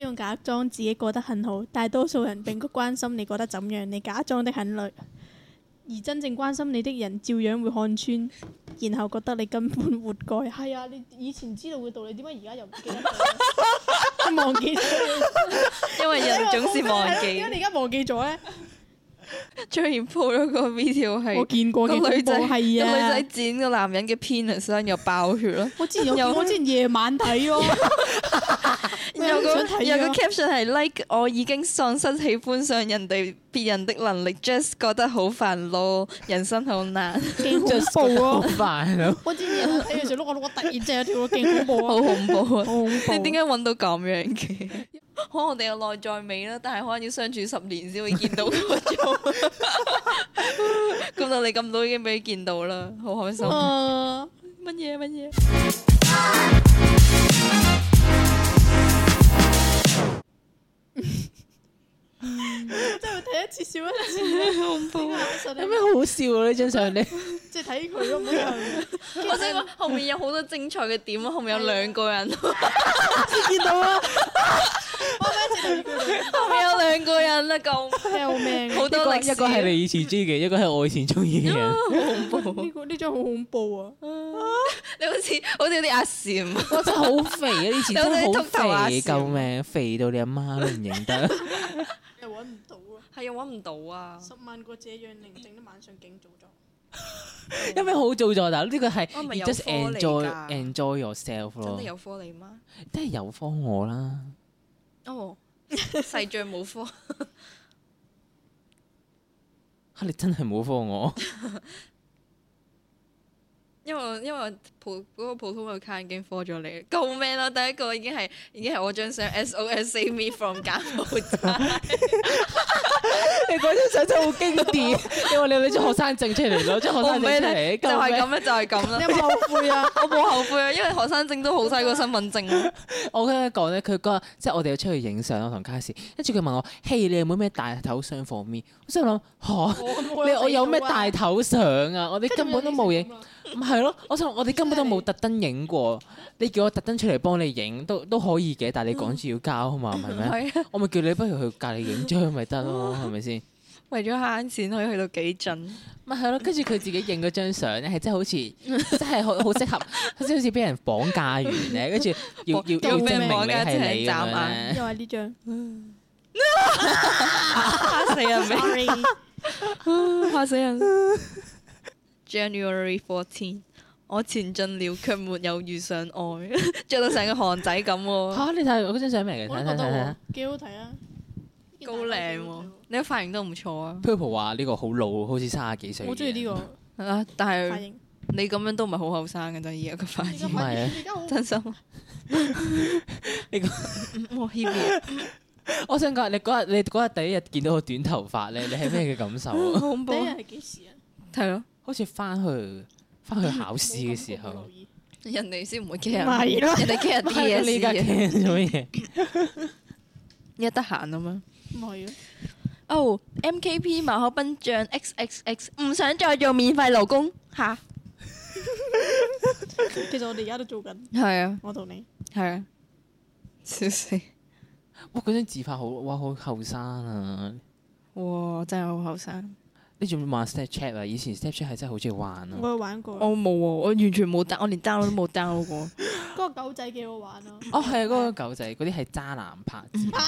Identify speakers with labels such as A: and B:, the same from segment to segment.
A: 用假裝自己過得很好，大多數人並不關心你過得怎樣，你假裝的很累，而真正關心你的人照樣會看穿，然後覺得你根本活該。係啊，你以前知道嘅道理，點解而家又唔記得咗？忘 記咗，
B: 因為人總是忘記
A: 點解。你而家忘記咗咧？
B: 最然 po 咗個 video
A: 我
B: 係
A: 見過
B: 個
A: 嘅
B: 女仔，
A: 恐怖
B: 個女
A: 係啊
B: 仔剪個男人嘅 penis 啦，又爆血咯。
A: 我之前有
B: 有
A: 我之前夜晚睇 咯，咩
B: 有個
A: 想睇
B: 有
A: 啊
B: 個 caption 係 like 我已經喪失喜歡上人哋別人的能力，just 覺得好煩惱， 人生好難，
A: 勁恐怖
C: 好
A: 咯！
C: 煩咯。
A: 我之前夜晚睇嘅時候，碌我碌我突然之間有條勁恐怖啊！
B: 好恐怖啊！
A: 好恐怖！
B: 你點解揾到咁樣嘅？ 可能我哋有內在美啦，但係可能要相處十年先會見到嗰種。 咁到你咁早已經俾佢見到啦，好開心。
A: 啊？
B: 乜嘢乜嘢？
A: 真係睇一次笑一次，恐怖啊！
C: 有咩好笑啊？呢張相 你
A: 即係睇佢咯，唔好睇
B: 我想講後面有好多精彩嘅點啊，後面有兩個人，
A: 佢。見到啊！我第一次睇佢
B: 後面有兩個人啦，咁
A: 救命
B: 好
A: 啊！
C: 一
B: 多
C: 個
B: 歷史。
C: 一個係你以前中意嘅，一個係我以前中意嘅人。
B: 好恐怖
A: 呢，個呢張好恐怖啊！
B: 你好似好似有啲阿禪。
C: 哇！真係好肥啊！以前真
B: 有啲禿
C: 係
B: 頭
C: 好
B: 啊
C: 肥，救命！肥到你阿媽都唔認 得。
A: 又揾唔到啊！
B: 係啊，揾唔到啊！
A: 十萬個這樣寧靜的晚上，竟早咗。
C: 因為好做作，但呢個係
B: 我咪
C: you
B: 有
C: just
B: 科嚟
C: enjoy
B: 㗎
C: enjoy yourself
B: 真
C: 咯
B: 係，有科你嗎？
C: 真係有科我啦。
B: 哦，細象冇科，
C: 嚇你真係冇科我，
B: 因為我因為我普嗰個普通嘅卡已經科咗你，救命啦！第一個已經係已經係我張相 SOS save me from 柬埔寨，
C: 你嗰張相真係好經 典。你話你攞張學生證出嚟，攞張學
B: 我
C: 生
B: 唔
C: 證
B: 俾
C: 出嚟，
B: 你，就
C: 救
B: 係
C: 命
B: 咁啦，就係咁
A: 你
B: 啦。
A: 有冇後悔啊？
B: 我冇後悔啊，因為學生證都好犀過身份證啊咯。
C: 我跟佢講咧，佢嗰日即係我哋出去影相，我同卡士，跟住佢問我：嘿，你有冇咩大頭相 for me？我心 諗吓，你我有咩大頭相啊？我哋根本都冇影，。唔係咯？我想我哋根本都冇特登影過。你叫我特登出嚟幫你影都都可以嘅，但係你趕住要交啊嘛，係咪？
B: 係啊，
C: 我咪叫你不如去隔離影張咪 得咯，係咪先？
B: 為咗慳錢可以去到幾盡。
C: 咪係咯，跟住佢自己影嗰張相咧，係真係好似真係好好適合，好似好似俾人綁架完咧，跟住 要要要
B: 又俾
C: 證
B: 人
C: 明
B: 綁
C: 你
B: 架
C: 係
B: 即係
C: 你咁
B: 眨
C: 樣
B: 眼
C: 咧
A: 又係呢張
B: 嚇死
A: Dạ,
B: 人 咩？
A: ，sorry，
B: 嚇死人！January fourteen，我前進了，卻沒有遇上愛， 着到成個韓仔咁
C: 嚇、
B: 喎，
C: 你睇我嗰張相未嚟？
A: 我
C: 睇
A: 都
C: 睇
A: 覺
C: 睇睇
A: 得。喎幾好睇啊！
B: 高靚喎！你個髮型都唔錯啊！
C: Purple 話呢個好老，好似三十幾歲。
A: 我中意呢
C: 個。
A: 個
B: 啊，但
A: 髮
B: 係
A: 型。
B: 你咁樣都唔係好後生嘅啫，而家個髮
C: 唔
B: 型，
C: 係啊
A: 而家好
B: 真心。
C: 你 個
B: 嗯我 Hebe
C: 我想講，你嗰日你嗰日第一日見到我短頭髮咧，你係咩嘅感受
B: 好
C: 啊？
B: 恐怖
A: 第一日
B: 啊，
A: 係幾時啊？
B: 係咯，
C: 好似翻去翻去考試嘅時候。
A: 唔
C: 唔
B: 人哋先唔會 care，
A: 唔係咯
B: 人哋 care 啲
C: 係 你而家
B: 嘢事嘅，
C: 驚做乜嘢？
B: 一得閒咁樣。
A: 係啊，
B: 哦，MKP 馬可賓將 XXX 唔想再做免費勞工吓，
A: 其實我哋而家都做緊，
B: 係啊
A: 我同你
B: 係啊，笑死！
C: 哇！嗰張自拍好哇，好後生啊！
B: 哇！真係好後生，
C: 你仲玩 Snapchat 啊？以前 Snapchat 係真係好中意玩啊！
A: 我有玩過，
B: 我冇喎，我完全冇 down，我連 down 都冇 down 過。
A: 嗰個狗仔幾好玩咯，
C: 哦，係啊嗰個狗仔，嗰啲係渣男拍自拍，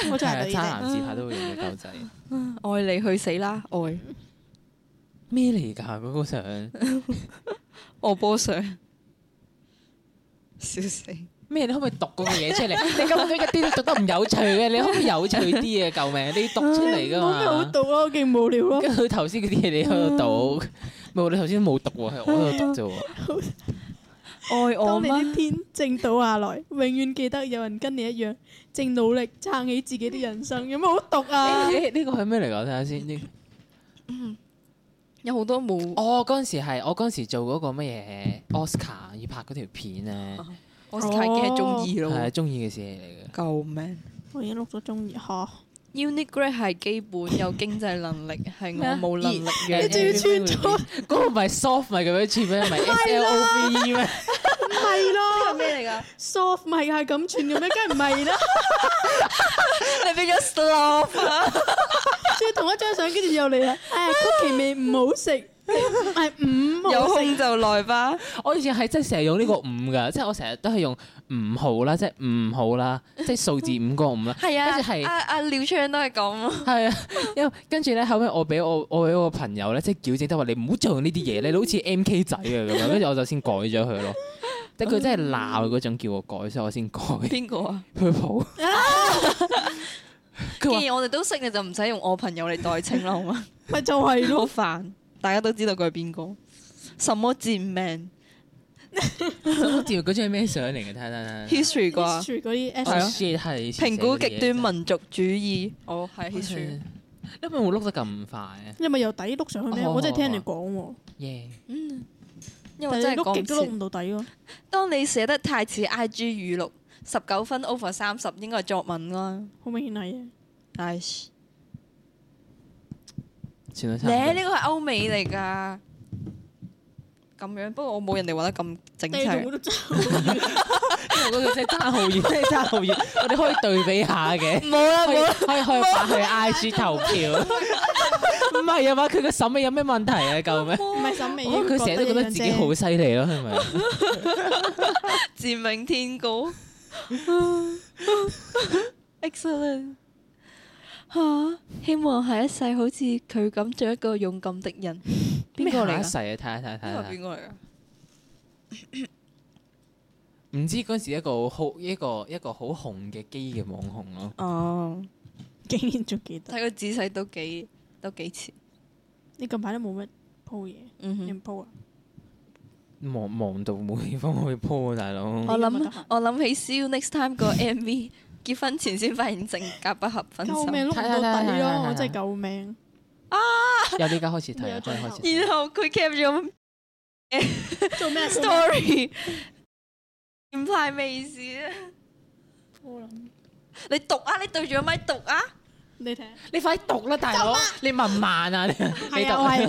B: 真
A: 我真係
C: 係啊
A: 女
C: 渣
A: 仔，
C: 男自拍都會用嘅狗仔。
B: 嘅，愛你去死啦，愛
C: 咩嚟㗎嗰個相？
B: 我波相，笑死！
C: 咩？你可唔可以讀嗰個嘢出嚟？ 你咁樣一啲都讀得唔有趣嘅，你可唔可以有趣啲啊？救命！你要讀出嚟
A: 冇
C: 㗎
A: 咩好
C: 嘛？
A: 讀啊，勁無聊咯，
C: 跟住佢頭先嗰啲嘢你喺度讀，
A: 嗯
C: 冇你頭先冇讀喎，係我喺度 讀啫喎。
B: 愛
C: 哦
B: 我
A: 當你
B: 嗎
C: 啊
A: 啲？天正倒下來，永遠記得有人跟你一樣，正努力撐起自己的人生，有咩好讀 啊？
C: 誒呢個係咩嚟㗎？睇下先。呢
B: 有好多冇，
C: 哦，嗰陣時係我嗰陣時做嗰個乜嘢 Oscar 要拍嗰條片咧，
A: 哦
B: 我太驚係中意
C: 係
B: 咯，
C: 中意嘅事嚟嘅。
B: 救命！
A: 我已經錄咗中意嚇，
B: Unigrade 係基本 有經濟能力，係我
C: 咩啊
B: 冇能力
C: 二
B: 嘅。
A: 你仲要穿咗
C: 嗰個唔係 soft 咪咁樣穿咩？唔係 S L O V E 咩？
A: 係
B: 係
A: 咯
B: 咩嚟㗎？
A: ，soft 咪係咁串嘅咩？梗係唔係 啦，
B: 你俾咗 slow 啊！
A: 仲要同一張相，跟住又嚟啦。哎誒，cookie 味唔好食，哎係唔
B: 有
A: 好食。
B: 空就來吧。
C: 我以前係真係成日用呢個五㗎， 即係我成日都係用五號啦，即係五號啦，即係數字五個 五啦。
B: 係啊
C: 跟住，係
B: 阿阿廖昌都係咁咯。
C: 係啊，因為跟住咧後尾我俾我我俾我個朋友咧，即係矯正得話你唔好再用呢啲 嘢，你好似 M K 仔啊咁樣，跟住我就先改咗佢咯。即係佢真係鬧嗰種叫我改，所以我先 改
B: 邊個啊？
C: 佢 冇。佢話
B: 既然我哋都識，你就唔使用我朋友嚟代稱啦，好 嗎？
A: 咪就係
B: 好
A: 咯，
B: 煩，大家都知道佢係邊個。什麼賤命
C: 好似嗰張係咩相嚟嘅？睇下睇下睇 下。
B: history 啩？
A: 嗰啲
B: 係啊
C: shit 係 Oh,
B: 評估極端
C: 文
B: 民族主義。哦，係 history
C: 你。點解會碌得咁快啊？
A: 你咪由底碌上去咩？
C: 哦
A: 我真係聽人哋講喎，
C: 耶！
B: 嗯，因
A: 但
B: 為
A: 係
B: 真
A: 你
B: 係
A: 碌極都
B: 講
A: 碌
B: 唔切。
A: 唔到底喎。
B: 當你寫得太似 IG 語錄，十九分 over 三十應該係作文啦。
A: 好明顯係嘅，
B: 唉，
C: 全都差唔多。
B: 咧呢個係歐美嚟㗎。咁樣，不過我冇人哋畫得咁整
A: 地圖
B: 齊。
A: 都真係
C: 我嗰個真係爭好遠，真係爭好遠。我哋可以對比下嘅，
B: 冇啦
C: 可以可以可以發去 I G 投票。唔係啊嘛，佢個審美有咩問題啊？救命！
A: 唔係審美，
C: 我佢成日都覺得自己好犀利咯，係咪？
B: 佔領天高 ，excellent 嚇、希望下一世好似佢咁做一個勇敢的人。邊個嚟
C: 咩
B: 㗎？
C: 下一世啊？睇下睇下睇
B: 呢
C: 下睇
B: 個係
C: 下。
B: 邊個嚟㗎？
C: 唔知嗰陣時一個好一個一個好紅嘅機嘅網紅咯。
B: 哦，
A: 竟然仲記得。
B: 睇佢姿勢都幾都幾似。
A: 你近排都冇乜鋪嘢，
B: 嗯
A: 你
B: 哼，
A: 唔鋪啊？
C: 忙忙到冇地方可以 po 啊大佬。
B: 我
A: 你今日得
B: 諗
A: 閒
B: 我諗起 See You Next Time 個 MV，結婚前先發現性格不合分手
A: 救，命碌唔到
C: 睇睇睇
A: 底
C: 睇睇
A: 咯！我真係救命。
C: 由呢家開始睇啊，
A: 有
C: 真係開始
B: 然
C: 睇。
B: 後佢 cap 咗
A: 做咩
B: story，唔派咩意思啊？你讀啊！你對住個咪讀啊！
A: 你睇，
C: 你快讀啦，大佬！你文慢啊，你你
A: 係
C: 讀
A: 啊，我
C: 啊。
A: 係。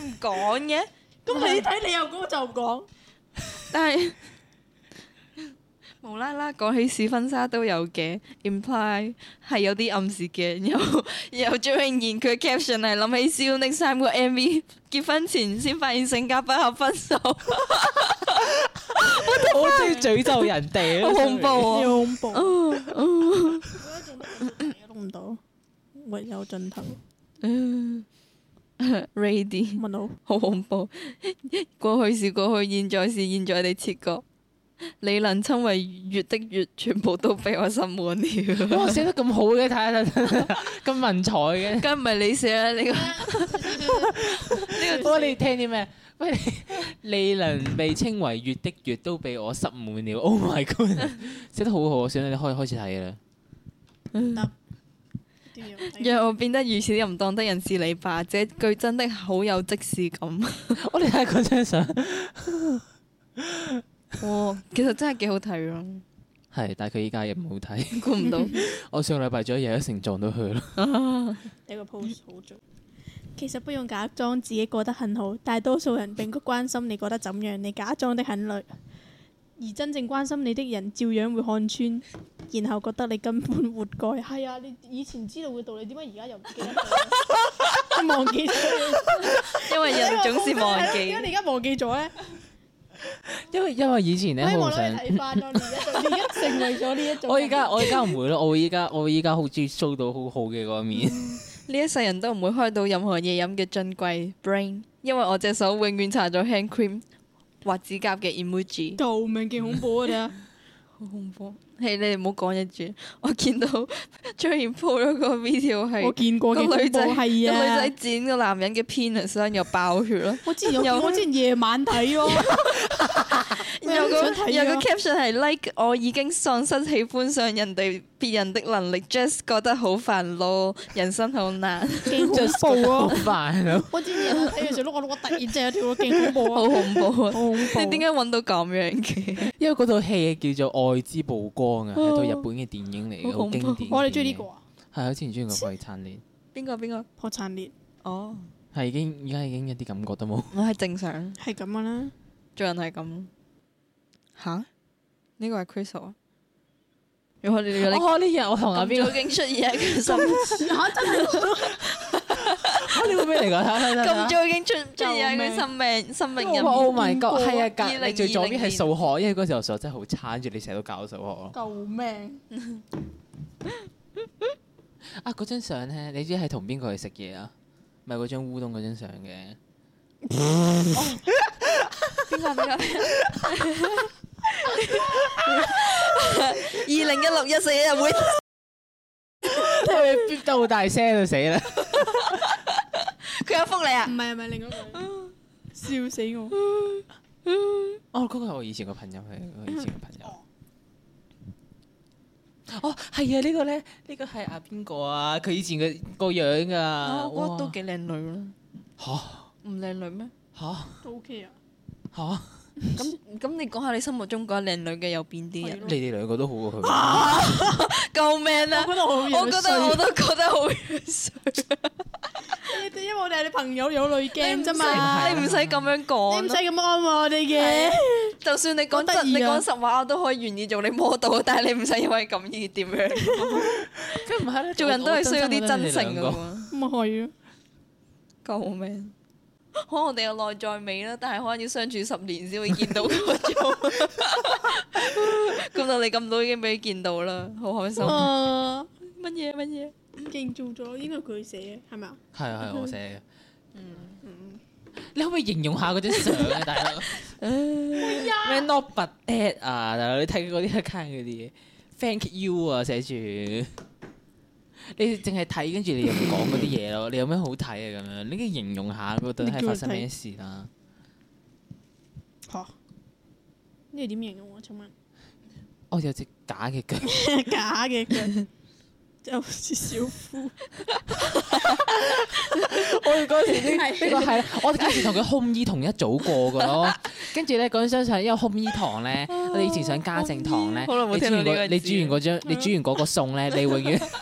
B: 唔講嘅，
A: 咁你睇你又講我就唔講，
B: 但係 無啦啦講起試婚紗都有嘅，imply 係有啲暗示嘅。然後 然後張穎賢佢嘅 caption 係諗起《肖力三》個 MV，結婚前先發現性格不合分手， 好
C: 我中意詛咒人哋啊，
B: 恐
C: sorry！
B: 怖啊！
A: 要恐怖。
B: 哦哦
A: 碌唔到，唯有盡頭。
B: 嗯 Ready，
A: 問到
B: 好恐怖！過去是過去，現在是現在的切割。你能稱為月的月，全部都被我塞滿了。
C: 哇，寫得咁好嘅，睇下睇下睇 下咁文采嘅。
B: 梗唔係你寫啦，你個
C: 我哋聽啲咩？喂， 你能被稱為月的月都被我塞滿了。Oh my god！寫得好好，算啦，你可以開始睇啦。
B: 讓我變得如此淫蕩的人是你吧？這句真的好有即視感。
C: 我哋睇下嗰張相，
B: 哇，其實真係幾好睇咯，
C: 係，但係佢依家嘢唔好睇。
B: 估唔到。
C: 我上個禮拜仲有一成撞到佢咯。
A: 你個 pose 好做。其實不用假裝自己過得很好，大多數人並不關心你過得怎樣，你假裝的很累。而真正關心你的人，照樣會看穿，然後覺得你根本活該。係啊，你以前知道嘅道理，點解而家又唔記得咗？你 忘記咗，
B: 因為人總是忘 記
A: 點解。你而家忘記咗咧？
C: 因為因為以前咧，
A: 我希
C: 好
A: 望
C: 想
A: 你睇翻咯，你而 家你而家成為咗呢一種。
C: 我依家我依家唔會咯，我會依家我會依家好中意 show 到好好嘅嗰一面。
B: 呢一世人都唔會開到任何嘢飲嘅樽櫃 brain，因為我隻手永遠搽咗 hand cream 畫指甲嘅 emoji。
A: 救命，勁恐怖啊！你啊！
B: 好恐怖！嘿，你哋唔好講嘢住，我見到 張然 po 咗個 video 係
A: 我見過嘅
B: 個女仔，
A: 恐怖
B: 個女
A: 係啊
B: 仔剪個男人嘅 penis 啦，又爆血啦。
A: 我之前
B: 有
A: 有，我之前夜晚睇咯， 咩
B: 有個
A: 想睇啊
B: 有個 caption 係 like 我已經喪失喜歡上人哋別人的能力，just 覺得好煩惱，人生好難，
A: 勁
C: 覺
A: 恐
C: 得
A: 怖
C: 嗯好
A: 啊！
C: 煩咯。
A: 我之前夜晚睇完時碌我碌，我突然之間有條路勁恐怖啊！
B: 好恐怖啊！
A: 好恐怖！
B: 你點解揾到咁樣嘅？
C: 因為嗰套戲叫做《愛之曝光》啊，
A: 哦
C: 係套日本嘅電影嚟嘅，
B: 好
C: 好
B: 恐怖
C: 經典。
A: 我哋中意呢個？啊？
C: 係我之前中意個《廢產年
B: 邊個邊個？
A: 破產年
B: 哦，》，
C: 係已經而家已經一啲感覺都冇。
B: 我係正常，
A: 係咁噶啦，
B: 做人係咁。吓？呢個係 Crystal 啊！如果你哋你
C: 哦，呢 日我同阿邊
B: 咁
C: 個
B: 早，竟出 現喺佢心，咁
C: 啊呢個咩嚟㗎？ 睇下睇下睇下。
B: 早已經出出現喺佢生命生命入面。
C: Oh my god！係啊，
B: 二零
C: 隔
B: 二
C: 你
B: 零
C: 最左邊係
B: 年
C: 數學，因為嗰時候數學真係好差，跟住你成日都教數學咯。
A: 救命！
C: 啊，嗰張相咧，你知係同邊個去食嘢啊？咪嗰張烏冬嗰張相 嘅。哦
B: 邊個邊 個？二零一六一四一日會
C: 你 b 得好大聲就死啦！
B: 佢有福利啊
A: 唔！係唔係另一個， 笑死我！
C: 哦，嗰個係我以前個朋友係我以前個朋友。哦，係啊，呢個咧，呢個係阿邊個啊？佢以前嘅個樣
A: 啊
C: 㗎。
B: 我覺得
C: 哇
B: 都幾靚女啦，
C: 嚇
B: 唔靚女咩？
C: 嚇
A: 都 OK 啊，
C: 嚇！
B: 咁咁，你講下你心目中嗰個靚女嘅有邊啲
A: 係
B: 人？
A: 咯
C: 你哋兩個都好過佢。
B: 救命啊！
A: 我覺得我好樣
B: 我覺得
A: 衰
B: 我都覺得好 樣衰。
A: 你哋因為我哋係你朋友有濾鏡啫嘛，
B: 你唔使咁樣
A: 你唔使
B: 講，
A: 咁安慰我哋嘅。
B: 就算你講
A: 好
B: 真，
A: 得意
B: 你
A: 啊
B: 講實話，我都可以願意做你 model，但係你唔使因為咁而點樣。
C: 佢唔係 咧，
B: 做人都係需要啲真誠
C: 㗎
B: 噶
C: 喎。
B: 嘛。
A: 咁啊係啊，
B: 救命！可能我哋有內在美啦，但係可能要相處十年先會見到 嗰種。咁到你咁早已經俾佢見到啦，好開心。
A: 啊
B: 哦乜嘢乜嘢？
A: 勁做咗，應該係佢寫嘅，係咪啊？
C: 係啊係啊我寫嘅。
A: 嗯，
C: 你可唔可以形容下嗰張相啊，大佬？ 咩 not but that 啊，大佬你睇嗰啲 account 嗰啲嘢，thank you 啊寫住，你淨係睇跟住你又唔講嗰啲嘢咯，你有咩好睇啊咁樣？你嘅形容下嗰度
A: 你
C: 係
A: 叫
C: 發
A: 我
C: 生
A: 睇
C: 咩事啦？
A: 嚇！呢個點形容啊？請 問
C: 哦，有隻假嘅腳，
A: 假嘅佢，就好似小夫。
C: 我哋嗰時呢呢個係我哋嗰時同佢空衣同一組過噶 咯，跟住咧嗰張相因為空衣堂咧，我哋以前上家政堂咧，
B: 啊好耐冇
C: 你煮
B: 聽到
C: 完
B: 呢個
C: 嗰你
B: 字
C: 煮
B: 嗯
C: 完嗰張，你煮完嗰個餸咧，你永遠。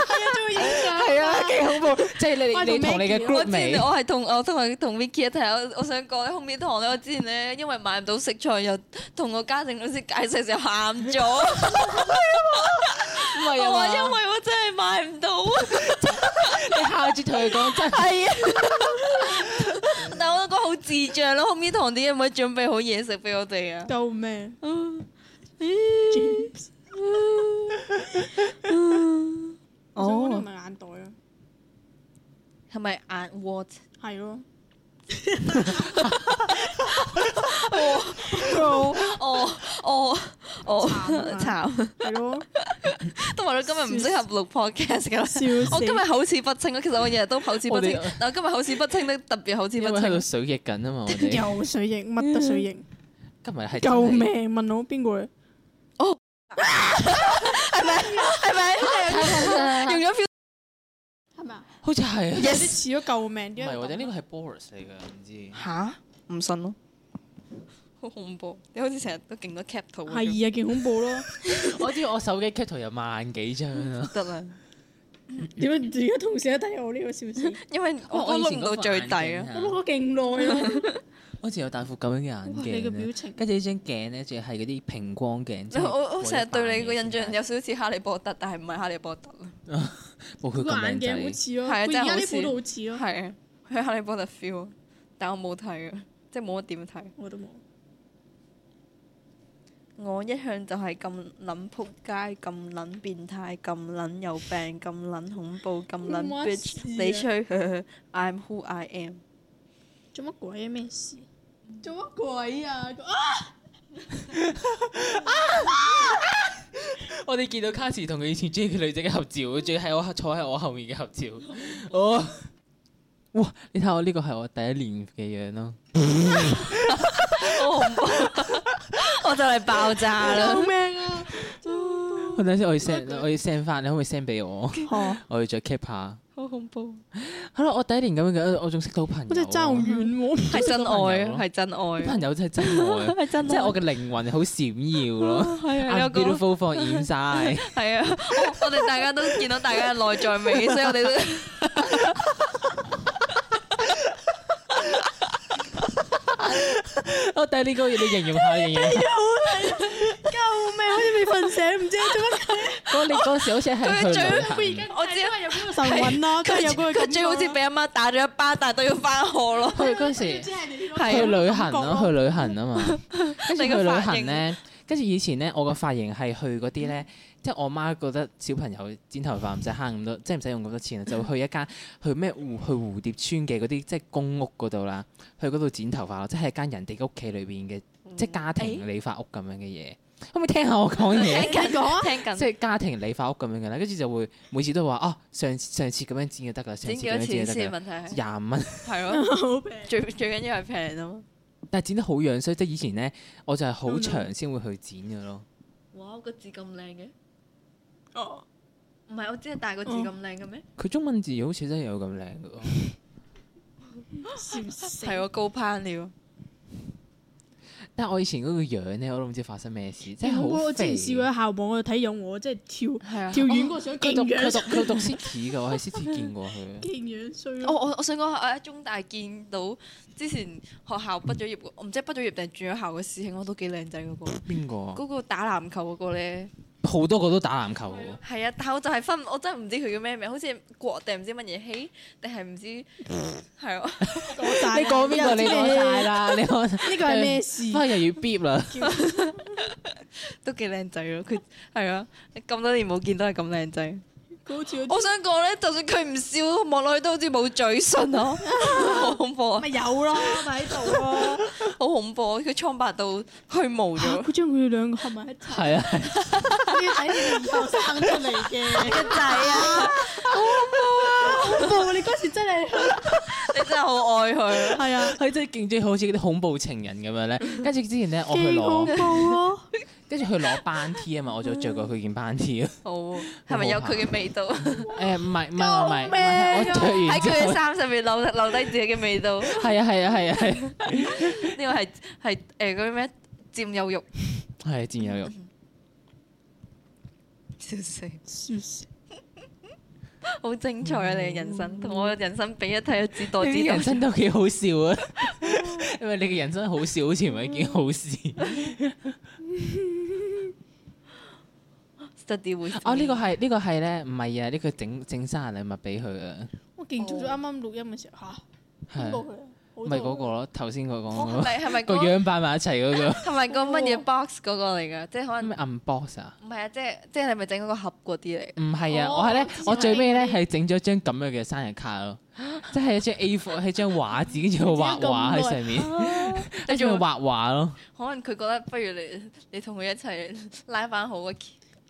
A: 係啊，仲會影相。
C: 係啊，幾恐怖！即係
A: 我係
C: 你
A: 同
C: 你同你嘅
A: Maggie
B: 我
C: group
B: 之
C: 尾
B: 前，我係同我同埋同 Vicky 一齊，我我想講喺空面堂咧，我之前咧因為買唔到食材，又同個家政老師解釋就喊 咗。我
C: 唔係
B: 話因為我真係買唔到，
C: 你下次同佢講真
B: 係啊。但我都覺得好智障咯，空面堂啲嘢唔可以準備好嘢食俾我哋 啊？
A: 救命！ 我想講呢個唔係眼袋啊，
B: 係咪眼 what？
A: 係 咯。
B: 哦哦哦，
A: 慘啊
B: 慘！
A: 係咯，
B: 都話咗今日唔適合錄 podcast 㗎啦。
A: 笑死！
B: 我今日口齒不清咯，其實我日日都口齒不清
C: 我哋，
B: 但我今日口齒不清得特別口齒
C: 因為
B: 不
C: 喺度
B: 清。
C: 水逆緊啊嘛，我 哋
A: 又水型，乜都水型，
C: 今日係真係
A: 救！命！問我邊個嚟？
B: 係咪？用咗 feel
A: 係咪啊？
C: 好似係
A: 有
C: 啊，
A: 啲似咗救命，
C: 唔
A: 點解
C: 係
A: 會
C: 或者呢
A: 咁
C: 個係 Boris 嚟㗎，唔 知
B: 嚇，唔信咯，好恐怖！你好似成日都勁多 cap 圖
A: 係
B: 咁，
A: 啊，勁恐怖咯！
C: 我知我手機 cap 圖有萬幾張啊啦。
B: 得啦，
A: 點解而家同事都睇我呢個 笑死？
B: 因為我我碌唔到最底啊！
A: 我碌咗勁耐啊咯。
C: 我以前有戴副咁樣嘅眼
A: 哇你嘅
C: 鏡啊
A: 表
C: 呢，
A: 情
C: 跟住呢張鏡咧，仲要係嗰啲平光鏡。即係
B: 我我
C: 過
B: 成日
C: 一百
B: 對你個
C: 年
B: 印
C: 先
B: 象有少少似哈利波特，但係唔係哈利波特啦，
C: 冇佢
A: 個
C: 咁
A: 眼鏡好
C: 靚仔。
A: 似咯，
B: 係啊
A: 佢
B: 真係
A: 而家
B: 好
A: 啲
B: 似
A: 褲都好似咯，
B: 係啊，係哈利波特 feel，但我冇睇啊，即係冇乜點睇。
A: 我都冇。
B: 我一向就係咁撚撲街，咁撚變態，咁撚有病，咁撚恐怖，咁撚
A: 關事
B: bitch，
A: 啊
B: 你吹呵呵，I'm who I am。
A: 做乜鬼啊？咩事？做乜鬼啊？啊！
C: 我哋見到卡士同佢以前中意嘅女仔嘅合照，仲要係我坐喺我後面嘅合照。 哦，哇！你睇我呢個係我第一年嘅樣咯。
B: 好 恐怖，我就嚟爆炸啦！
A: 命啊！
C: 我等陣先，我要 send，我要 send 翻，你可唔可以 send 俾我？我要再 keep 下。
B: 好恐怖，
C: 係咯，我第一年咁樣嘅，我仲識到朋友。
A: 我真係爭好遠喎。
B: 係真愛啊，
C: 係
B: 係真愛啊，
C: 朋友真係真愛，
B: 係真 愛，
C: 即係我嘅靈魂好閃耀 咯。
B: 係啊，你有
C: I'm
B: 講
C: beautiful for inside。
B: 係啊，我我哋大家都見到大家嘅內 在美，所以我哋都。
C: 我第二個月你形容下，形容下。
A: 救命！好似未瞓醒，唔知做 乜
C: 嗰你嗰時好似係去旅行，
B: 我知啊
A: 係有嗰個神韻咯，都係有嗰個感覺咯
B: 佢最好似俾阿媽打咗一巴，但係都要翻學咯。
C: 去嗰時
A: 即係你嗰個
B: 係啊
C: 去旅行
A: 感覺
C: 咯，去旅行啊 嘛。跟住
B: 你
C: 去
B: 個
C: 旅
B: 髮型
C: 行咧，跟住以前咧，我個髮型係去嗰啲咧，即係我媽覺得小朋友剪頭髮唔使慳咁多，即係唔使用咁多錢啊，就去一間 去咩蝴去蝴蝶村嘅嗰啲即係公屋嗰度啦，去嗰度剪頭髮咯，即係間人哋屋企裏邊嘅
B: 嗯
C: 即係家庭理髮屋咁樣嘅嘢。可唔可以聽下我講嘢？
B: 聽緊
A: 你講啊
B: 聽緊
C: 即。係家庭理髮屋咁樣嘅啦，跟住就會每次都話哦，上上次咁樣剪就得噶啦，上
B: 剪
C: 次
B: 幾
C: 咁
B: 多
C: 樣
B: 錢
C: 剪就得
B: 先？
C: 噶啦，
B: 問 題係
C: 廿五蚊。
B: 係咯，
A: 好平。
B: 最最緊要係平啊嘛。
C: 但係剪得好樣衰，即係以前咧，我就係好長先會去剪嘅咯。
B: 哇，個字咁靚嘅，
A: 哦，
B: 唔係我知係大個字
A: 哦
B: 咁靚嘅咩？
C: 佢中文字好似真係有咁靚嘅喎，
A: 笑死！
B: 係我高攀了，
C: 但係我以前嗰個樣咧，我都唔知發生咩事，即係
A: 有個
C: 好啊
A: 我之前
C: 肥。
A: 試過喺校網嗰度睇勇我，真係跳
B: 係啊。
A: 跳遠嗰個想
C: 佢
A: 勁
C: 讀佢
A: 樣
C: 讀佢讀 City 嘅，我喺 City 見過 佢。
A: 勁樣衰
B: 我
A: 咯。
B: 我我想講，我喺中大見到之前學校畢咗業，我唔知係畢咗業定係轉咗校嘅師兄，我都幾靚仔嗰個，
C: 邊個啊？
B: 嗰個打籃球嗰個咧，
C: 好多個都打籃球嘅
B: 係啊，但我就係分，我真係唔知佢叫咩名，好似國定唔知乜嘢希，定係唔知係啊，
C: 喎。 你講邊個？你講晒 啦，你講。
A: 呢個係咩事？
C: 翻又要 bip 啦。
B: 都幾靚仔咯，佢係啊，咁多年冇見都係咁靚仔。
A: 佢好 似
B: 我想講咧，就算佢唔笑，望落去都好似冇嘴唇 咯，好恐怖啊
A: 咪，有咯，咪喺度 咯。
B: 好恐怖啊！佢蒼白到去無
A: 嚇
B: 咗，
A: 佢將佢哋兩個合埋一齊，
C: 係啊，
A: 你要睇你哋以後生出嚟嘅嘅仔啊！好恐怖啊！恐怖！你嗰時 真係
B: 你真係好愛佢。
A: 係啊，
C: 佢真係勁中意好似嗰啲恐怖情人咁樣 咧。跟住之前咧，我去
A: 勁恐
C: 攞，
A: 怖咯！
C: 跟住去攞班 T 啊嘛，我就着過佢件班 T 啊。
B: 好喎，係咪有佢嘅味 道？
C: 誒唔係唔係唔係
A: 救
C: 唔係，
A: 命啊
C: 我着
B: 喺
C: 完之
B: 佢嘅
C: 後，
B: 衫上面留留低自己嘅味道，呢
C: 係啊係啊係啊係啊。
B: 個係係誒嗰啲咩佔有欲，
C: 係佔有欲，
B: 笑死！
A: 笑死！
B: 好精彩啊！你嘅人生同我嘅人生比一睇就知多
C: 你
B: 知
C: 啲人
B: 道。
C: 生都幾好笑啊！因為你嘅人生好笑，好似唔係一件好事。
B: Study 會
C: 哦，呢個係呢個係咧，唔係啊，呢個整整生日禮物俾佢啊，
A: 我勁早咗啱啱錄音嘅時候嚇，邊個
C: 係
A: 佢
C: 啊
A: 啊？好多
C: 咪嗰個咯？頭先佢
B: 我
C: 講
B: 係咪係
C: 嗰
B: 咪
C: 啊個
B: 個
C: 個樣擺埋一齊嗰個
B: 係咪個乜嘢 box 嗰個嚟㗎？即係可能
C: 咩 unbox 啊？
B: 哦唔係啊！即係即係你咪整嗰個盒嗰啲嚟？
C: 唔係啊，
A: 哦
C: 我係咧
A: 我知，
C: 我最尾咧係整咗張咁樣嘅生日卡咯，即係一張 A4 係張畫紙，跟住佢畫畫喺上面，跟住佢畫畫咯。
B: 可能佢覺得不如你 你同佢一齊拉翻好啊個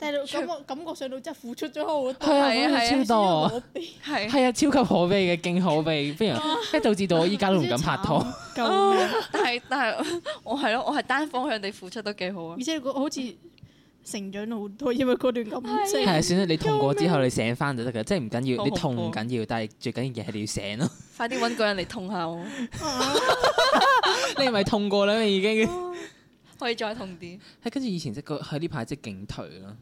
A: 但係感覺感覺上到真係付出咗好多，
C: 係啊，
B: 係
C: 好
B: 啊係啊
C: 似超多啊！
B: 係，
C: 係啊，超級可悲嘅， 勁可悲，非常，即係導致到我依家都唔敢拍拖。
A: 救命！
B: 但係但係 我係咯，我係單方向地付出都幾好啊
A: 而！且佢好似成長咗好多，因為嗰段感情。
C: 係啊，算啦，你痛過之後你醒翻就得㗎，即係唔緊要，
B: 好
C: 你
B: 恐
C: 痛唔
B: 怖
C: 緊要，但係最緊要嘅係你要醒咯。
B: 快啲揾個人嚟痛下 我，
C: 你係咪痛過啦？已經
B: 可以再痛啲。
C: 係跟住以前即係個喺呢排即係勁頹咯，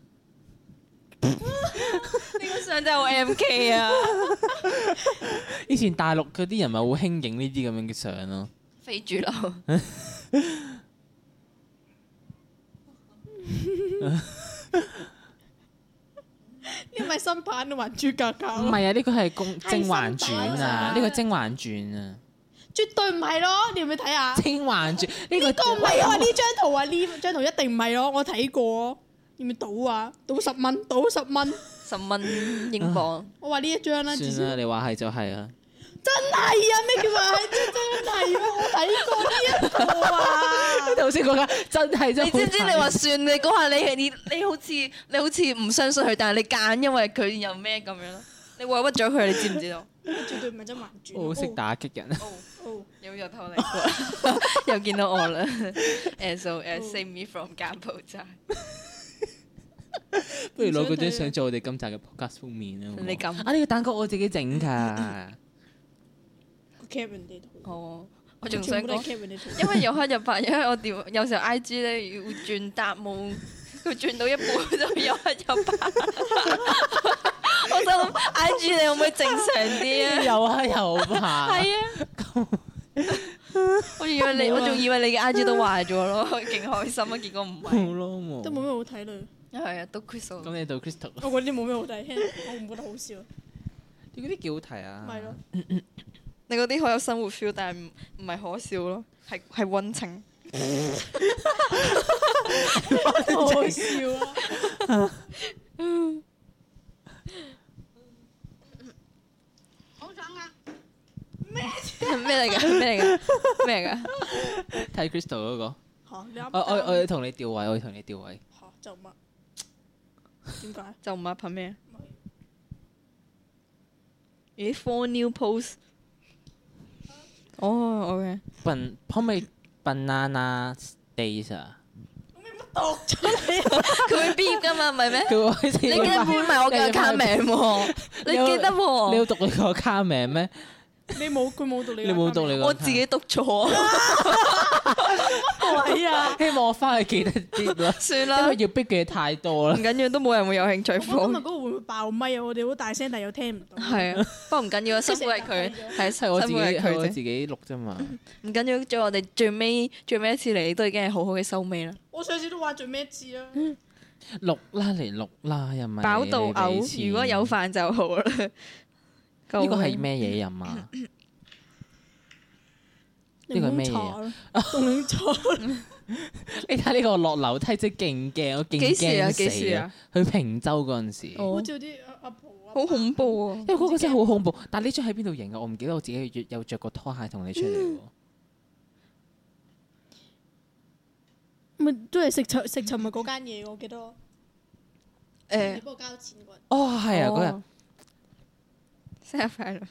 B: 呢個相真係好 M K 啊！
C: 以前大陸嗰啲人咪好興影呢啲咁樣嘅相咯。
B: 非主流，
A: 呢咪新版嘅《還珠格格》
C: 唔
A: 咯，
C: 係啊，呢個係公《
A: 係
C: 甄嬛傳》
A: 新
C: 啊，
A: 版
C: 呢個《甄嬛傳》啊，
A: 絕對唔係咯！你要唔要睇下？
C: 《甄嬛傳》啊呢
A: 呢
C: 個
A: 個唔係啊！呢張圖啊，呢張圖一定唔係咯，我睇過。要唔要賭啊？賭十蚊，賭十蚊。
B: 十蚊英鎊，
A: 我話呢一張啦，至少
C: 算啦，你話係就係 啦。
A: 真係啊！咩叫話係真真係啊？我睇過呢一個啊！
C: 頭先嗰間真係真
B: 你
C: 係好
B: 知唔知？你 話算你嗰下你係你你好似你好似唔相信佢，但係你揀，因為佢有咩咁樣咯？你委屈咗佢，你知唔 知道？
A: 絕對唔係真還珠。
C: 我好識打擊人。
B: 哦，
A: 哦。
B: 有又偷嚟過， 又見到我啦。誒，so 誒，save me from 柬埔寨。
C: 不如攞嗰張相做我哋今集嘅 podcast 封面啦。好唔好
B: 你咁
C: 啊？呢個蛋糕我自己整 㗎，
A: 佢 cap 人哋圖，
B: 哦，我仲想
A: 全部都
B: 講
A: 係。cap 人哋圖。
B: 因為有黑有白，因為我電有時候 I G 咧要轉答冇，佢轉到一半就有黑有白。 我想諗 I G 你可唔可以正常啲啊？
C: 又黑又白。
B: 係啊，我仲以為你，我仲以為你嘅 I G 都壞咗咯，勁開心啊！結果唔係，
C: 冇咯冇。
A: 都冇咩好睇嘞。
B: 係啊，都 quit 咗。
C: 咁你到 Crystal，
A: 我嗰啲冇咩好睇，我唔覺得好笑。
C: 你嗰啲幾好睇啊？
A: 咪咯，
B: 你嗰啲好有生活 feel，但係唔唔係可笑咯，係係温情。
A: 好笑啊！
B: 咩嚟㗎？咩嚟㗎？咩嚟㗎？
C: 睇 Crystal 嗰個，
A: 嚇你啱
C: 我我我
A: 啱
C: 要同你調位，我要同你調位。
A: 嚇就乜？點解？
B: 就唔係憑咩？咦，four new post。哦，OK。
C: 笨可唔可以 banana days 啊？
A: 讀咗你
B: 佢會 beep 㗎嘛，唔係咩？
C: 佢會好似
B: 你記得 beep 埋我嘅 account 名喎，你
C: 有
B: 記得
C: 你
B: 喎
C: 要。讀你個卡名咩？
A: 你冇佢冇讀你，
C: 你冇讀你個卡。
B: 我自己讀 錯，
A: 位啊！
C: 希望我翻去記得啲 啦，
B: 算
C: 因
B: 啦
C: 為，要逼嘅嘢太多
B: 唔
C: 啦。
B: 緊要，都冇人會有興趣
A: 我覺得今日
B: 放
A: 嗰。個會唔會爆咪啊？我哋好大聲，但係又聽唔到。
B: 係啊，不過唔緊要，辛苦係佢，係
C: 係我自 己，
B: 辛苦係
C: 係我
B: 佢
C: 自
B: 啫。
C: 己錄啫嘛。
B: 唔緊要，最我哋最尾最尾一次嚟，都已經係好好嘅收尾啦。
A: 我上次都話最咩啊字啦，
B: 嗯
C: 錄啦嚟錄啦，又唔係
B: 飽到
C: 你俾
B: 嘔，
C: 錢
B: 如果有飯就好啦。
C: 呢個
B: 夠
C: 係
B: 啦
C: 咩嘢飲啊？
A: 你唔好
C: 呢個係咩嘢
A: 查
B: 啊
A: 啦，凍檸 茶。
C: 你睇呢個落樓梯即係勁驚，我勁
B: 幾時啊
C: 驚
B: 幾時
C: 死
B: 啊！哦
C: 去平洲嗰陣時，因
A: 好似啲阿阿婆啊
B: 好恐怖啊！
C: 為嗰個真係好恐怖。但係呢張喺邊度影啊？我唔記得我自己有着過拖鞋同你出嚟
B: 嗯
C: 喎。
A: 咪都係食尋食尋日嗰間嘢，我記得。你
B: 誒，
A: 幫我交錢嗰陣。
C: 哦，係啊，嗰日
B: 哦生日快樂！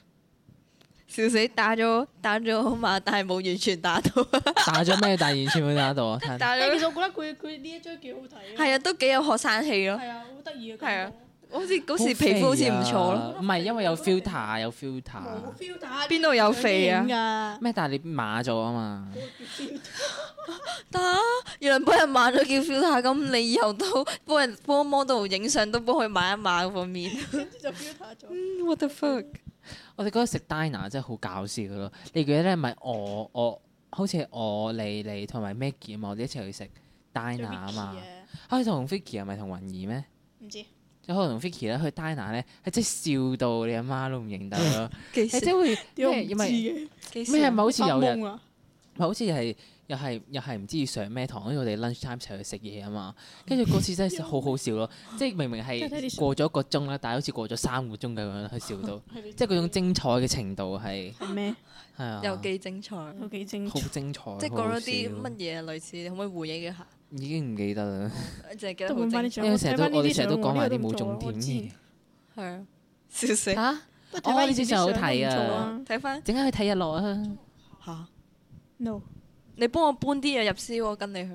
B: 笑死，打咗打咗馬，但係冇完全打到，
C: 打咗咩？但係完全冇打到 啊！睇下
B: 打
A: 但係其
B: 咗
A: 實我覺得佢佢呢一張幾好睇。
B: 係啊，，都幾有學生氣咯。
A: 係啊，好得意啊。
B: 係啊
A: 感覺。
B: 好似嗰時皮膚好似唔錯咯，
C: 啊唔係因為有 filter 有
A: 冇
C: filter
A: feel 打
B: 邊度有肥啊？
A: 啊？
C: 咩？但係你馬咗啊嘛，
B: 得啊原來幫人買咗叫 filter，咁你以後都 幫人幫 model 影相都幫佢買一買嗰方面。
A: 跟住就 filter 咗。
B: 嗯 What the fuck？
C: 我哋嗰日食 diner 真係好搞笑嘅咯。你記得咧，咪我我好似係我你你同埋 Maggie 啊嘛，我哋一齊去食 diner 啊嘛。啊，同 Vicky 係咪同雲兒咩？
A: 唔知。
C: 有可能同 Vicky 咧去 diner 咧，係真係笑到你阿媽都唔認得 咯。
B: 幾
C: 係
B: 時？
C: 真會
A: 點
C: 咩？
A: 解
C: 因
A: 唔知
C: 為
A: 嘅？
B: 幾時？
C: 咩係咪好似有人
A: 發夢啊？
C: 咪好似係又係又係唔知要上咩堂，因為我哋 lunch time 一齊去食嘢啊嘛。跟住嗰次真 係好好笑咯，即係明
A: 真
C: 明
A: 係睇啲
C: 係
A: 相
C: 過咗一個鐘啦，但係好似過咗三個鐘咁樣去笑到，
A: 係你
C: 即係嗰種精彩嘅程度係
A: 係咩？
C: 係啊，
B: 有幾精彩？
A: 有幾精
C: 好精彩，
B: 即係
C: 好好
B: 講咗啲
C: 笑
B: 乜嘢類似，你可唔可以回憶一下？
C: 已經唔記得 啦，
B: 我淨係記
A: 都
B: 得好
A: 換翻
B: 精
A: 啲相，
B: 彩。
C: 因為成
A: 睇
C: 日都
A: 返呢
C: 我哋
A: 啲
C: 成日都
A: 相
C: 講埋啲
A: 我
C: 冇
A: 呢個都
C: 重
A: 唔做啊
C: 點
A: 我之前
C: 嘅
B: 係啊，笑死！
C: 嚇。
A: 不過睇
C: 哦，
A: 返
C: 呢
A: 以前啲
C: 啲真係
A: 相
C: 好
A: 都唔
C: 睇
A: 做
C: 啊！
A: 啊
B: 睇翻
C: 陣間去睇日落啊！
B: 嚇，
A: ！No，
B: 你幫我搬啲嘢入 C 喎，跟你去。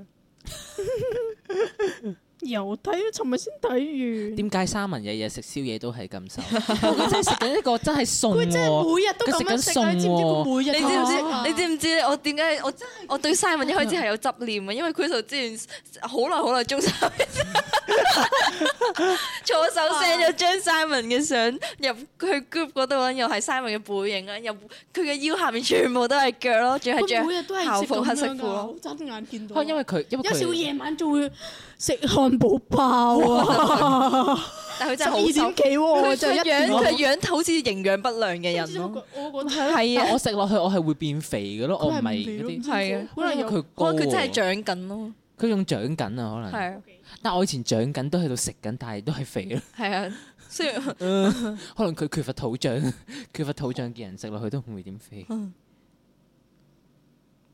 A: 又睇，尋日先睇完。
C: 啊點解三文日日食宵夜都係咁瘦？佢真係食緊一個真係餸
A: 佢真係
C: 喎，
A: 每日都咁樣食啊，
C: 佢
A: 你知
C: 食緊餸喎
A: 唔知佢每日
B: 你知
A: 都
B: 唔
A: 咁
B: 知
A: 樣食啊？？
B: 你知唔知我點解我我對三文一開始係有執念啊？因為佢就之前好耐好耐中三文， 錯手 send 咗張 Simon 嘅相入去 group 嗰度啦，又係 Simon 嘅背影啦，又佢嘅腰下面全部都係腳咯，仲係
A: 佢每日
B: 着
A: 都係
B: 校
A: 食
B: 服
A: 咁
B: 黑色
A: 樣
B: 褲
A: 㗎，
B: 咯
A: 我。真眼見到
C: 可
A: 啊。
C: 能因為佢因為
A: 有時會
C: 佢
A: 夜晚仲會食漢堡包啊，
B: 但佢
A: 十
B: 真係
A: 二
B: 好
A: 點
B: 瘦，
A: 幾喎，
B: 佢
A: 就
B: 佢
A: 一
B: 樣佢樣好似營養不良嘅人咯。
A: 咯。我覺得
B: 係
C: 但
B: 啊，
C: 我食落去我係會變肥嘅咯，我唔係嗰啲，
B: 係啊
A: 可能有
C: 佢高
B: 可能佢真係
C: 喎
B: 長緊咯，
C: 佢仲長緊啊，可能。
B: 係啊
C: 但我以前長緊都喺度食緊，但係都係肥咯。
B: 係啊，雖然。
C: 可能佢缺乏土壤， 缺乏土壤嘅人食落去都唔會點肥，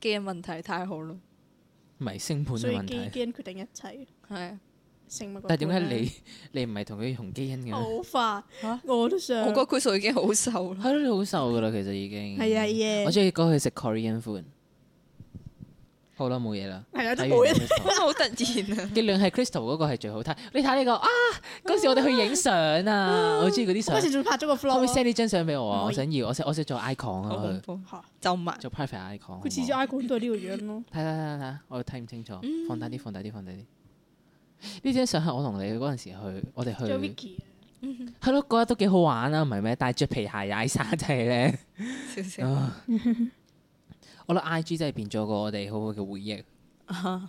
B: 基因問題太好啦，
C: 唔係星盤
A: 所
C: 嘅
A: 以
C: 問
A: 基
C: 題。
A: 因決定一切，
B: 係啊，
A: 成物。
C: 但係點解你你唔係同佢同基因嘅咩？
A: 好快
C: 啊
B: 嚇？
A: 我都想。
B: 我覺得佢數已經好瘦啦。
C: 係咯，你好瘦噶啦，其實已經。
A: 係啊係啊
C: 我中意嗰去食 Korean food。好啦，冇嘢啦。
A: 係啊都
C: 睇
A: 冇
C: 完
A: 嘢
C: Crystal
B: 好突然 啊！
C: 結論係 Crystal 嗰個係最好睇。你睇呢個啊，嗰時我哋去影相啊，我中意嗰啲
A: 嗰
C: 相。
A: 時仲拍咗個
C: 可唔可以
A: vlog 啊
C: send 呢張相俾我
A: 唔
C: 啊？
A: 可
C: 我
A: 以
C: 想要，我想我想做 icon
B: 好恐
C: 啊，
B: 怖，
A: 嚇
B: 就埋
C: 去做 private icon 好唔好。啊
A: 佢次嗯次 icon 都係呢個樣咯。
C: 睇睇睇睇，我睇唔清楚，放大啲，放大啲，放大啲。呢張相係我同你嗰陣時去，我哋
A: 仲有
C: 去
A: Vicky 啊
C: 係咯，嗰日都幾好玩啊，唔係咩？帶着皮鞋踩沙地咧，
B: 少少。
C: 啊我覺得 I G 真係變咗個我哋好好嘅回憶，
B: 啊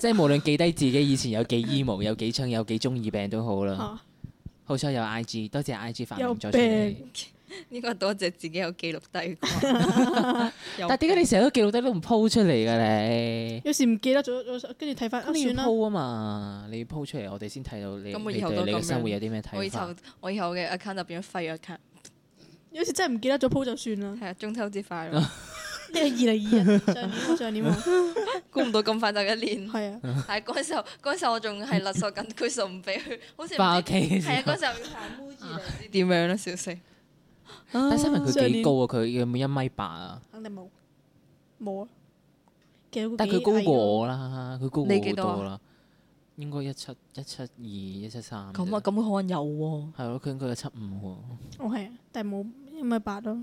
C: 即係無論記低自己以前有幾 emo、有幾憎、有幾中意病都好啦。
A: 啊
C: 好彩有 I G，多謝 I G 發明
A: 有
C: 咗出嚟。
A: 病
B: 呢個多謝自己有記錄 低啩。
C: 但點解你成日都記錄低都唔 po 出嚟嘅你？
A: 有時唔記得咗，咗跟住睇翻，啊
C: 咁你要
A: 算啦。
C: po 啊嘛，你要 po 出嚟，我哋先睇到你
B: 咁我
C: 你
B: 以後
C: 對
B: 都
C: 你
B: 咁
C: 嘅生活
B: 樣
C: 有啲咩
B: 我以
C: 睇法
B: 後。我以後嘅 account 就變咗廢 account，
A: 有時真係唔記得咗 po 就算啦。
B: 係啊，中秋節快樂！
A: 呢係二零二一年上年 喎，上年喎，
B: 估唔到咁快就一年，
A: 係啊。
B: 但係嗰陣時候嗰陣時候我仲係勒索緊佢數唔俾佢，好似唔知
C: 翻屋企啊嘅時
B: 係啊，
C: 候
B: 嗰陣時候要行 Muji 定唔知點樣啦，小四。
C: 但新聞佢
A: 上
C: 幾
A: 年
C: 高啊？佢有冇一米八啊？
A: 肯定冇，冇啊！其實
C: 但
A: 幾
C: 佢高
A: 矮咯
C: 過，我啦，佢高過
B: 你
C: 我
B: 幾
C: 好
B: 多啊
C: 多啦，應該一七一七二一七三。
B: 咁啊，咁佢可能有喎。
C: 係咯，佢應該有七五喎。
A: 我係啊，但係冇一米八咯。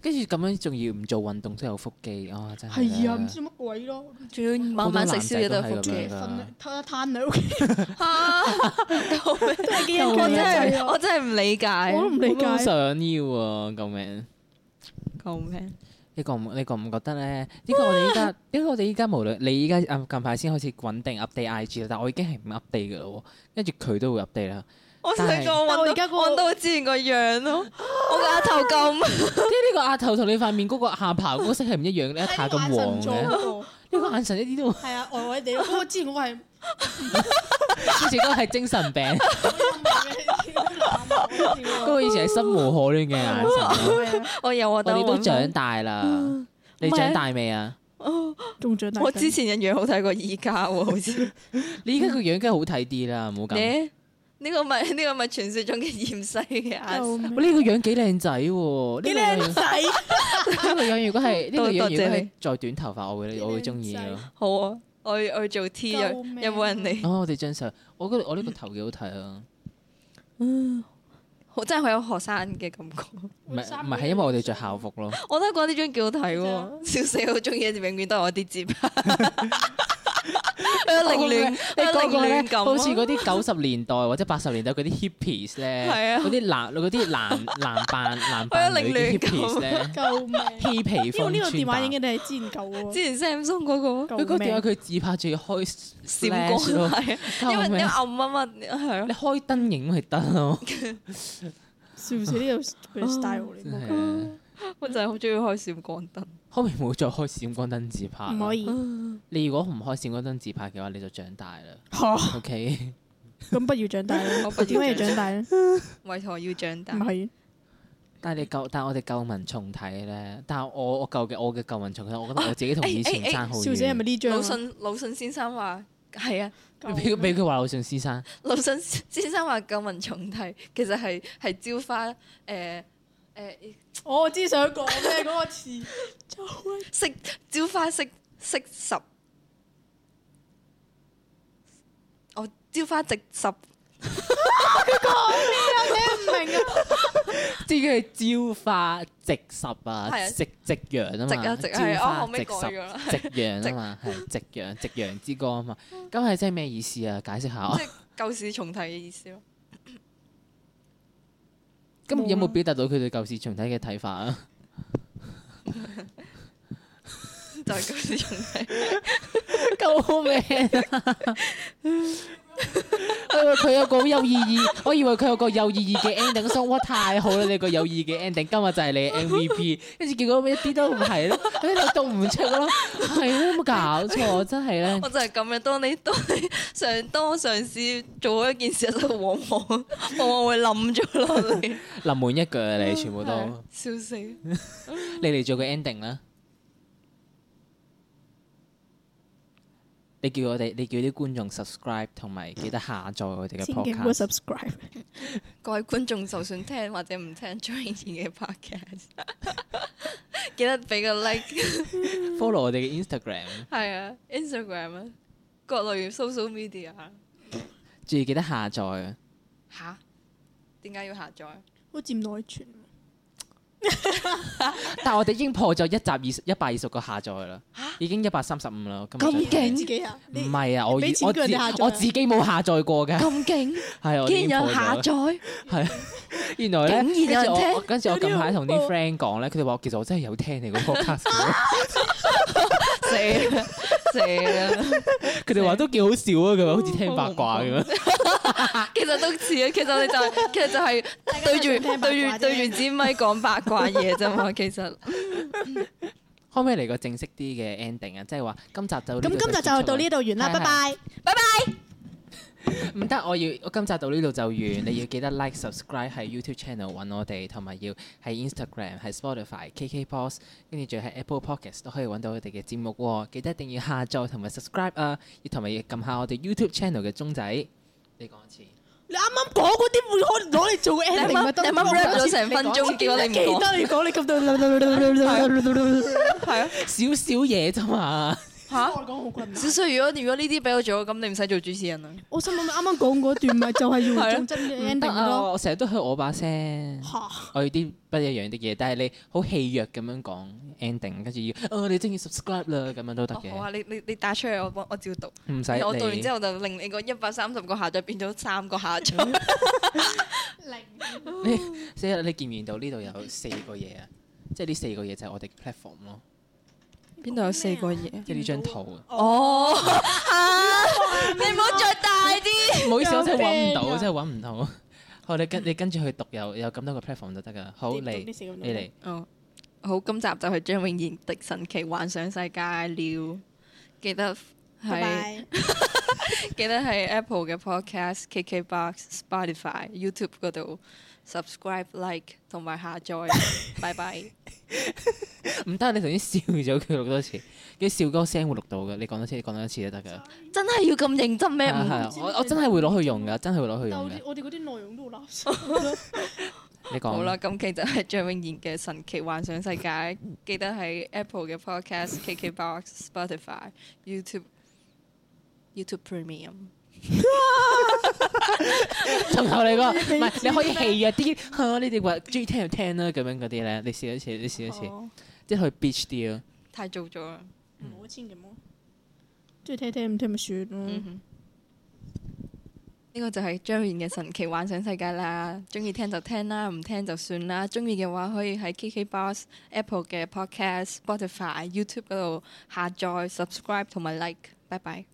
C: 跟住咁樣仲要唔做運動都有腹肌，啊真係。
A: 係啊，唔知乜鬼咯，
B: 仲要
C: 好多
B: 晚晚食
C: 男
B: 宵
C: 仔
B: 夜
C: 都
B: 都
C: 係
B: 有
C: 咁
B: 腹
C: 樣
A: 瞓
B: 肌，
A: 攤
C: 㗎。
A: 攤喺屋 企，
B: 嚇！救命！
A: 真係幾人
C: 救命
B: 我
A: 講
B: 真
A: 真
B: 係啊
A: 係
B: 我
A: 我
B: 真係唔理解，
A: 啊我都唔理
C: 我都好
A: 解。
C: 想要啊！救命！
B: 救命！
C: 你覺唔你覺唔覺得咧？呢個我哋依家，呢個我哋依家無論你依家啊近排先開始穩定 update IG 啦，但我已經係唔 update 嘅咯喎，跟住佢都會 update 啦。
B: 我想
C: 但係
B: 講
A: 但我
B: 揾
A: 而家
B: 到
A: 嗰個
B: 揾到我之前個樣咯， 我個額頭咁，
C: 即係呢個額頭同你塊面嗰個下巴嗰個色係唔一樣嘅，一下咁黃嘅，呢
A: 嘅。
C: 個眼神一啲都唔
A: 係啊，呆呆地咯。 我之前我係
C: 好似都係精神 病。嗰個以前係心無可戀嘅眼神咯。
B: 我有啊，
C: 我哋
B: 等
C: 都
B: 搵
C: 長大 啦，你長大未啊？
A: 仲長大緊。
B: 我之前嘅樣好睇過而家喎，好似
C: 你依家個樣梗係好睇啲啦， 唔好咁。
B: 你呢個咪 呢個咪傳説中嘅厭世啊嘅眼
A: 救
B: 神，
A: 命
C: 哇呢個樣幾靚仔喎！
A: 幾
C: 呢個樣
A: 靚仔，
C: 呢個樣如果係呢個樣
B: 多
C: 如
B: 多
C: 果
B: 謝你
C: 係再短頭髮，我會我會中意
A: 幾靚
C: 咯
A: 仔。
B: 好啊！我我去做 T 有
A: 救命
B: 有冇人嚟？
C: 哦，我哋張相，我覺得我呢個頭幾好睇啊！
B: 好真係好有學生嘅感覺，
C: 唔係唔係，係因為我哋着校服 咯。
B: 我都覺得呢張幾好睇喎。小四好中意，永遠都係我啲 節拍，有凌亂，
C: 你
B: 有
C: 嗰個
B: 凌
C: 咧
B: 亂感啊。
C: 好似嗰啲九十年代或者八十年代嗰啲 hippies
B: 係
C: 咧
B: 啊，
C: 嗰啲男嗰啲男 男扮男
B: 我有
C: 扮女嘅
B: 凌亂感
C: hippies 咧，
A: 救命！呢
C: 披皮
A: 個呢個
C: 風
A: 電
C: 穿
A: 話影
C: 搭
A: 嘅。你係之前舊嘅喎
B: 之前 Samsung 嗰個
C: 佢嗰個
A: 救
C: 電話
A: 命！
C: 佢自拍仲要開
B: 閃
C: flash 咯
B: 光 係啊，
C: 救
B: 因為因為
C: 命
B: 暗啊嘛，係
C: 你
B: 咯。
C: 開燈影咪得 咯，
A: 笑死呢 個佢嘅 style
C: 真
A: 嚟，
C: 係啊。
B: 我就係好中意開閃光燈。
C: 可唔可以冇再開閃光燈自拍？啊
A: 唔可。以
C: 你如果唔開閃光燈自拍嘅話，你就長大啦。
A: 嚇
C: OK，
A: 咁不如長大啦，
B: 我 不
A: 點解
B: 要
A: 要
B: 長
A: 長
B: 大，
A: 大咧？
B: 為何要長大
A: 唔？係，
C: 但係你舊，但係我哋舊民重睇咧。但係我我舊嘅我嘅舊民重，其實我覺得
B: 啊
C: 我自己同以前爭好
A: 笑死係咪
C: 遠。
A: 呢張啊？
B: 魯迅魯迅先生話係啊，
A: 救
C: 俾
A: 命
C: 俾佢話魯迅先生，
B: 魯迅先生話舊民重提，其實係係朝花誒誒
A: 我知想講咩嗰個 詞，就係
B: 識朝花識識十，我哦朝花夕拾
A: 你唔明啊！
C: 即係佢朝花夕拾
B: 係
C: 啊，
B: 啊
C: 夕夕陽啊
B: 夕啊
C: 嘛，
B: 夕啊係啊我後尾改
C: 朝
B: 咗啦
C: 花夕夕夕陽啊 嘛，係夕陽夕陽之歌啊嘛。咁係真係咩意思啊？解釋下啊。
B: 即係舊事重提嘅意思咯。
C: 咁有
A: 冇
C: 冇
A: 啊
C: 表達到佢對舊事重睇嘅睇法啊？
B: 就係舊事重提，
C: 救命啊！我以為佢有個好有意義，我以為佢有個有意義嘅 ending，我想哇太好啦！你個有意義嘅 ending，今日就係你嘅 MVP，跟住結果一啲都唔係咯，喺度讀唔出咯，係咯，有冇搞錯？真係咧，
B: 我就係咁嘅。當你當你 上當我嘗試做好一件事嘅時候，往往 往往會冧咗落嚟，
C: 臨門一腳啊！你全部都，
B: 笑死！
C: 你嚟做個 ending 啦。你叫我哋，你叫啲觀眾 subscribe 同埋記得下載我哋嘅
A: 千祈唔好
C: podcast。
A: subscribe。
B: 各位觀眾，就算聽或者唔聽張穎賢嘅 podcast，記 得俾個 like。
C: follow 我哋嘅 Instagram，
B: 係啊，Instagram 啊，各類 social media 啊
C: 仲要記得下載啊。
B: 吓？點解要下載？
A: 好似唔內存，
C: 但係我哋已經破咗一集二一百二十個下載啦，已經一百三十五啦。今日最
B: 咁勁
A: 自己啊，
C: 唔
A: 你
C: 係啊！我
A: 俾
C: 已
A: 錢
C: 我
A: 叫人哋下載
C: 自
A: 啊
C: 我自己冇下載過嘅，
B: 咁勁，
C: 係我已
B: 竟
C: 經
B: 然有
C: 破咗
B: 下
C: 啦。
B: 載，
C: 係，原來咧，
B: 竟然
C: 跟住我
B: 有人聽
C: 我跟住我
A: 有啲
C: 近排同
A: 恐
C: 啲
A: 怖
C: friend 講咧，佢哋話其實我真係有聽你個 podcast，嘅
A: 啊
B: 謝啦謝啦，
C: 佢哋話都幾好笑啊！佢話好似聽八卦咁
A: 哦
C: 樣，
B: 其實都似啊，其實你就係其實就係
A: 大家都
B: 對
A: 係想
B: 住
A: 聽八卦
B: 對
A: 啫
B: 住對住支咪講八卦嘢啫 嘛，其實
C: 可唔可以嚟個正式啲嘅 ending 啊？即係話今集就呢
A: 咁
C: 度
A: 今集就到呢度完啦，
C: 係
A: 拜拜。
C: 唔得，我要我今集到呢度就完。你要記得 like、subscribe 喺 YouTube channel 揾我哋，同埋要喺 Instagram、喺 Spotify、KK Box，跟住仲喺 Apple Podcast 都可以揾到我哋嘅節目喎。記得一定要下載同埋 subscribe 啊，要同埋要撳下我哋 YouTube channel 嘅鐘仔。你講 一次，
A: 你啱啱講嗰啲會可攞嚟做嘅 ending
B: 你
A: 咪
B: 啱
A: 得
B: 你啱啱 rap 咗成分鐘，結果你唔
A: 記
B: 講，
A: 得你講你咁到，
B: 係啊
C: 少少嘢啫嘛。
B: 嚇。
A: 我講好困難。
B: 小衰，如果如果呢啲俾我做，咁你唔使做主持人啦。啊
A: 我心諗啱啱講嗰段咪就係要做真嘅
C: 得
A: ending
C: 啊，
A: 咯。
C: 我成日都係我把聲，
A: 嚇！
C: 我要啲不一樣的嘢，但係你好戲謔咁樣講 ending，跟住要哦你中意 subscribe 啦，咁樣都得
B: 哦好啊，
C: 嘅，
B: 你你你打出去，我幫我照讀。
C: 唔使
B: 我讀完
C: 你
B: 之後就令你個一百三十個下載變咗三個下 載。 嗯
C: 你即係你見唔見到呢度有四個嘢啊？即係呢四個嘢就係我哋嘅 platform 咯，
B: 邊度有四個嘢？
C: 即係呢張圖啊。
B: 哦，啊你唔好再大啲。
C: 唔好意思，我真係揾唔
A: 有病
C: 到，
A: 啊
C: 真係揾唔 到。好，你跟你跟住去讀有有咁多個 platform 就得㗎。好，
A: 你讀
C: 嚟
A: 呢四個
C: 你嚟，
B: 哦，好，今集就係張永賢的神奇幻想世界了。記得
A: 拜
B: 係
A: 拜。
B: 記得係 Apple 嘅 Podcast、KKBox、Spotify、YouTube 嗰度 subscribe、like 同埋下 載。拜拜。
C: 唔得，你頭先笑咗佢錄多次，跟住笑嗰個聲會錄到嘅。你講多次，你講多次都得㗎。
B: 真係要咁認真咩？嗯
C: 係
B: 唔
C: 啊係啊，我我真係會攞去用㗎，真係會攞去
A: 但
C: 用
A: 我哋
C: 㗎。
A: 我哋嗰啲內容都好垃圾。
C: 你講
B: 好啦，，咁其實係張永賢嘅神奇幻想世界，記得喺 Apple 嘅 Podcast、KKBox、Spotify、YouTube、YouTube Premium。
C: 從頭嚟 講，唔係你可以戲啊啲嚇，你哋話中意聽就聽啦，咁樣嗰啲咧，你試一次，你試一次，
B: 哦
C: 即係去 beach 啲啊咯。
B: 太早咗啦。
A: 唔好千祈唔好。中意聽聽唔聽咪算
B: 嗯
A: 咯。
B: 哼呢個就係張永賢嘅神奇幻想世界啦，中意聽就聽啦，唔聽就算啦。中意嘅話可以喺 KKBox、Apple 嘅 Podcast、Spotify、YouTube 嗰度下載、subscribe 同埋 like。拜拜。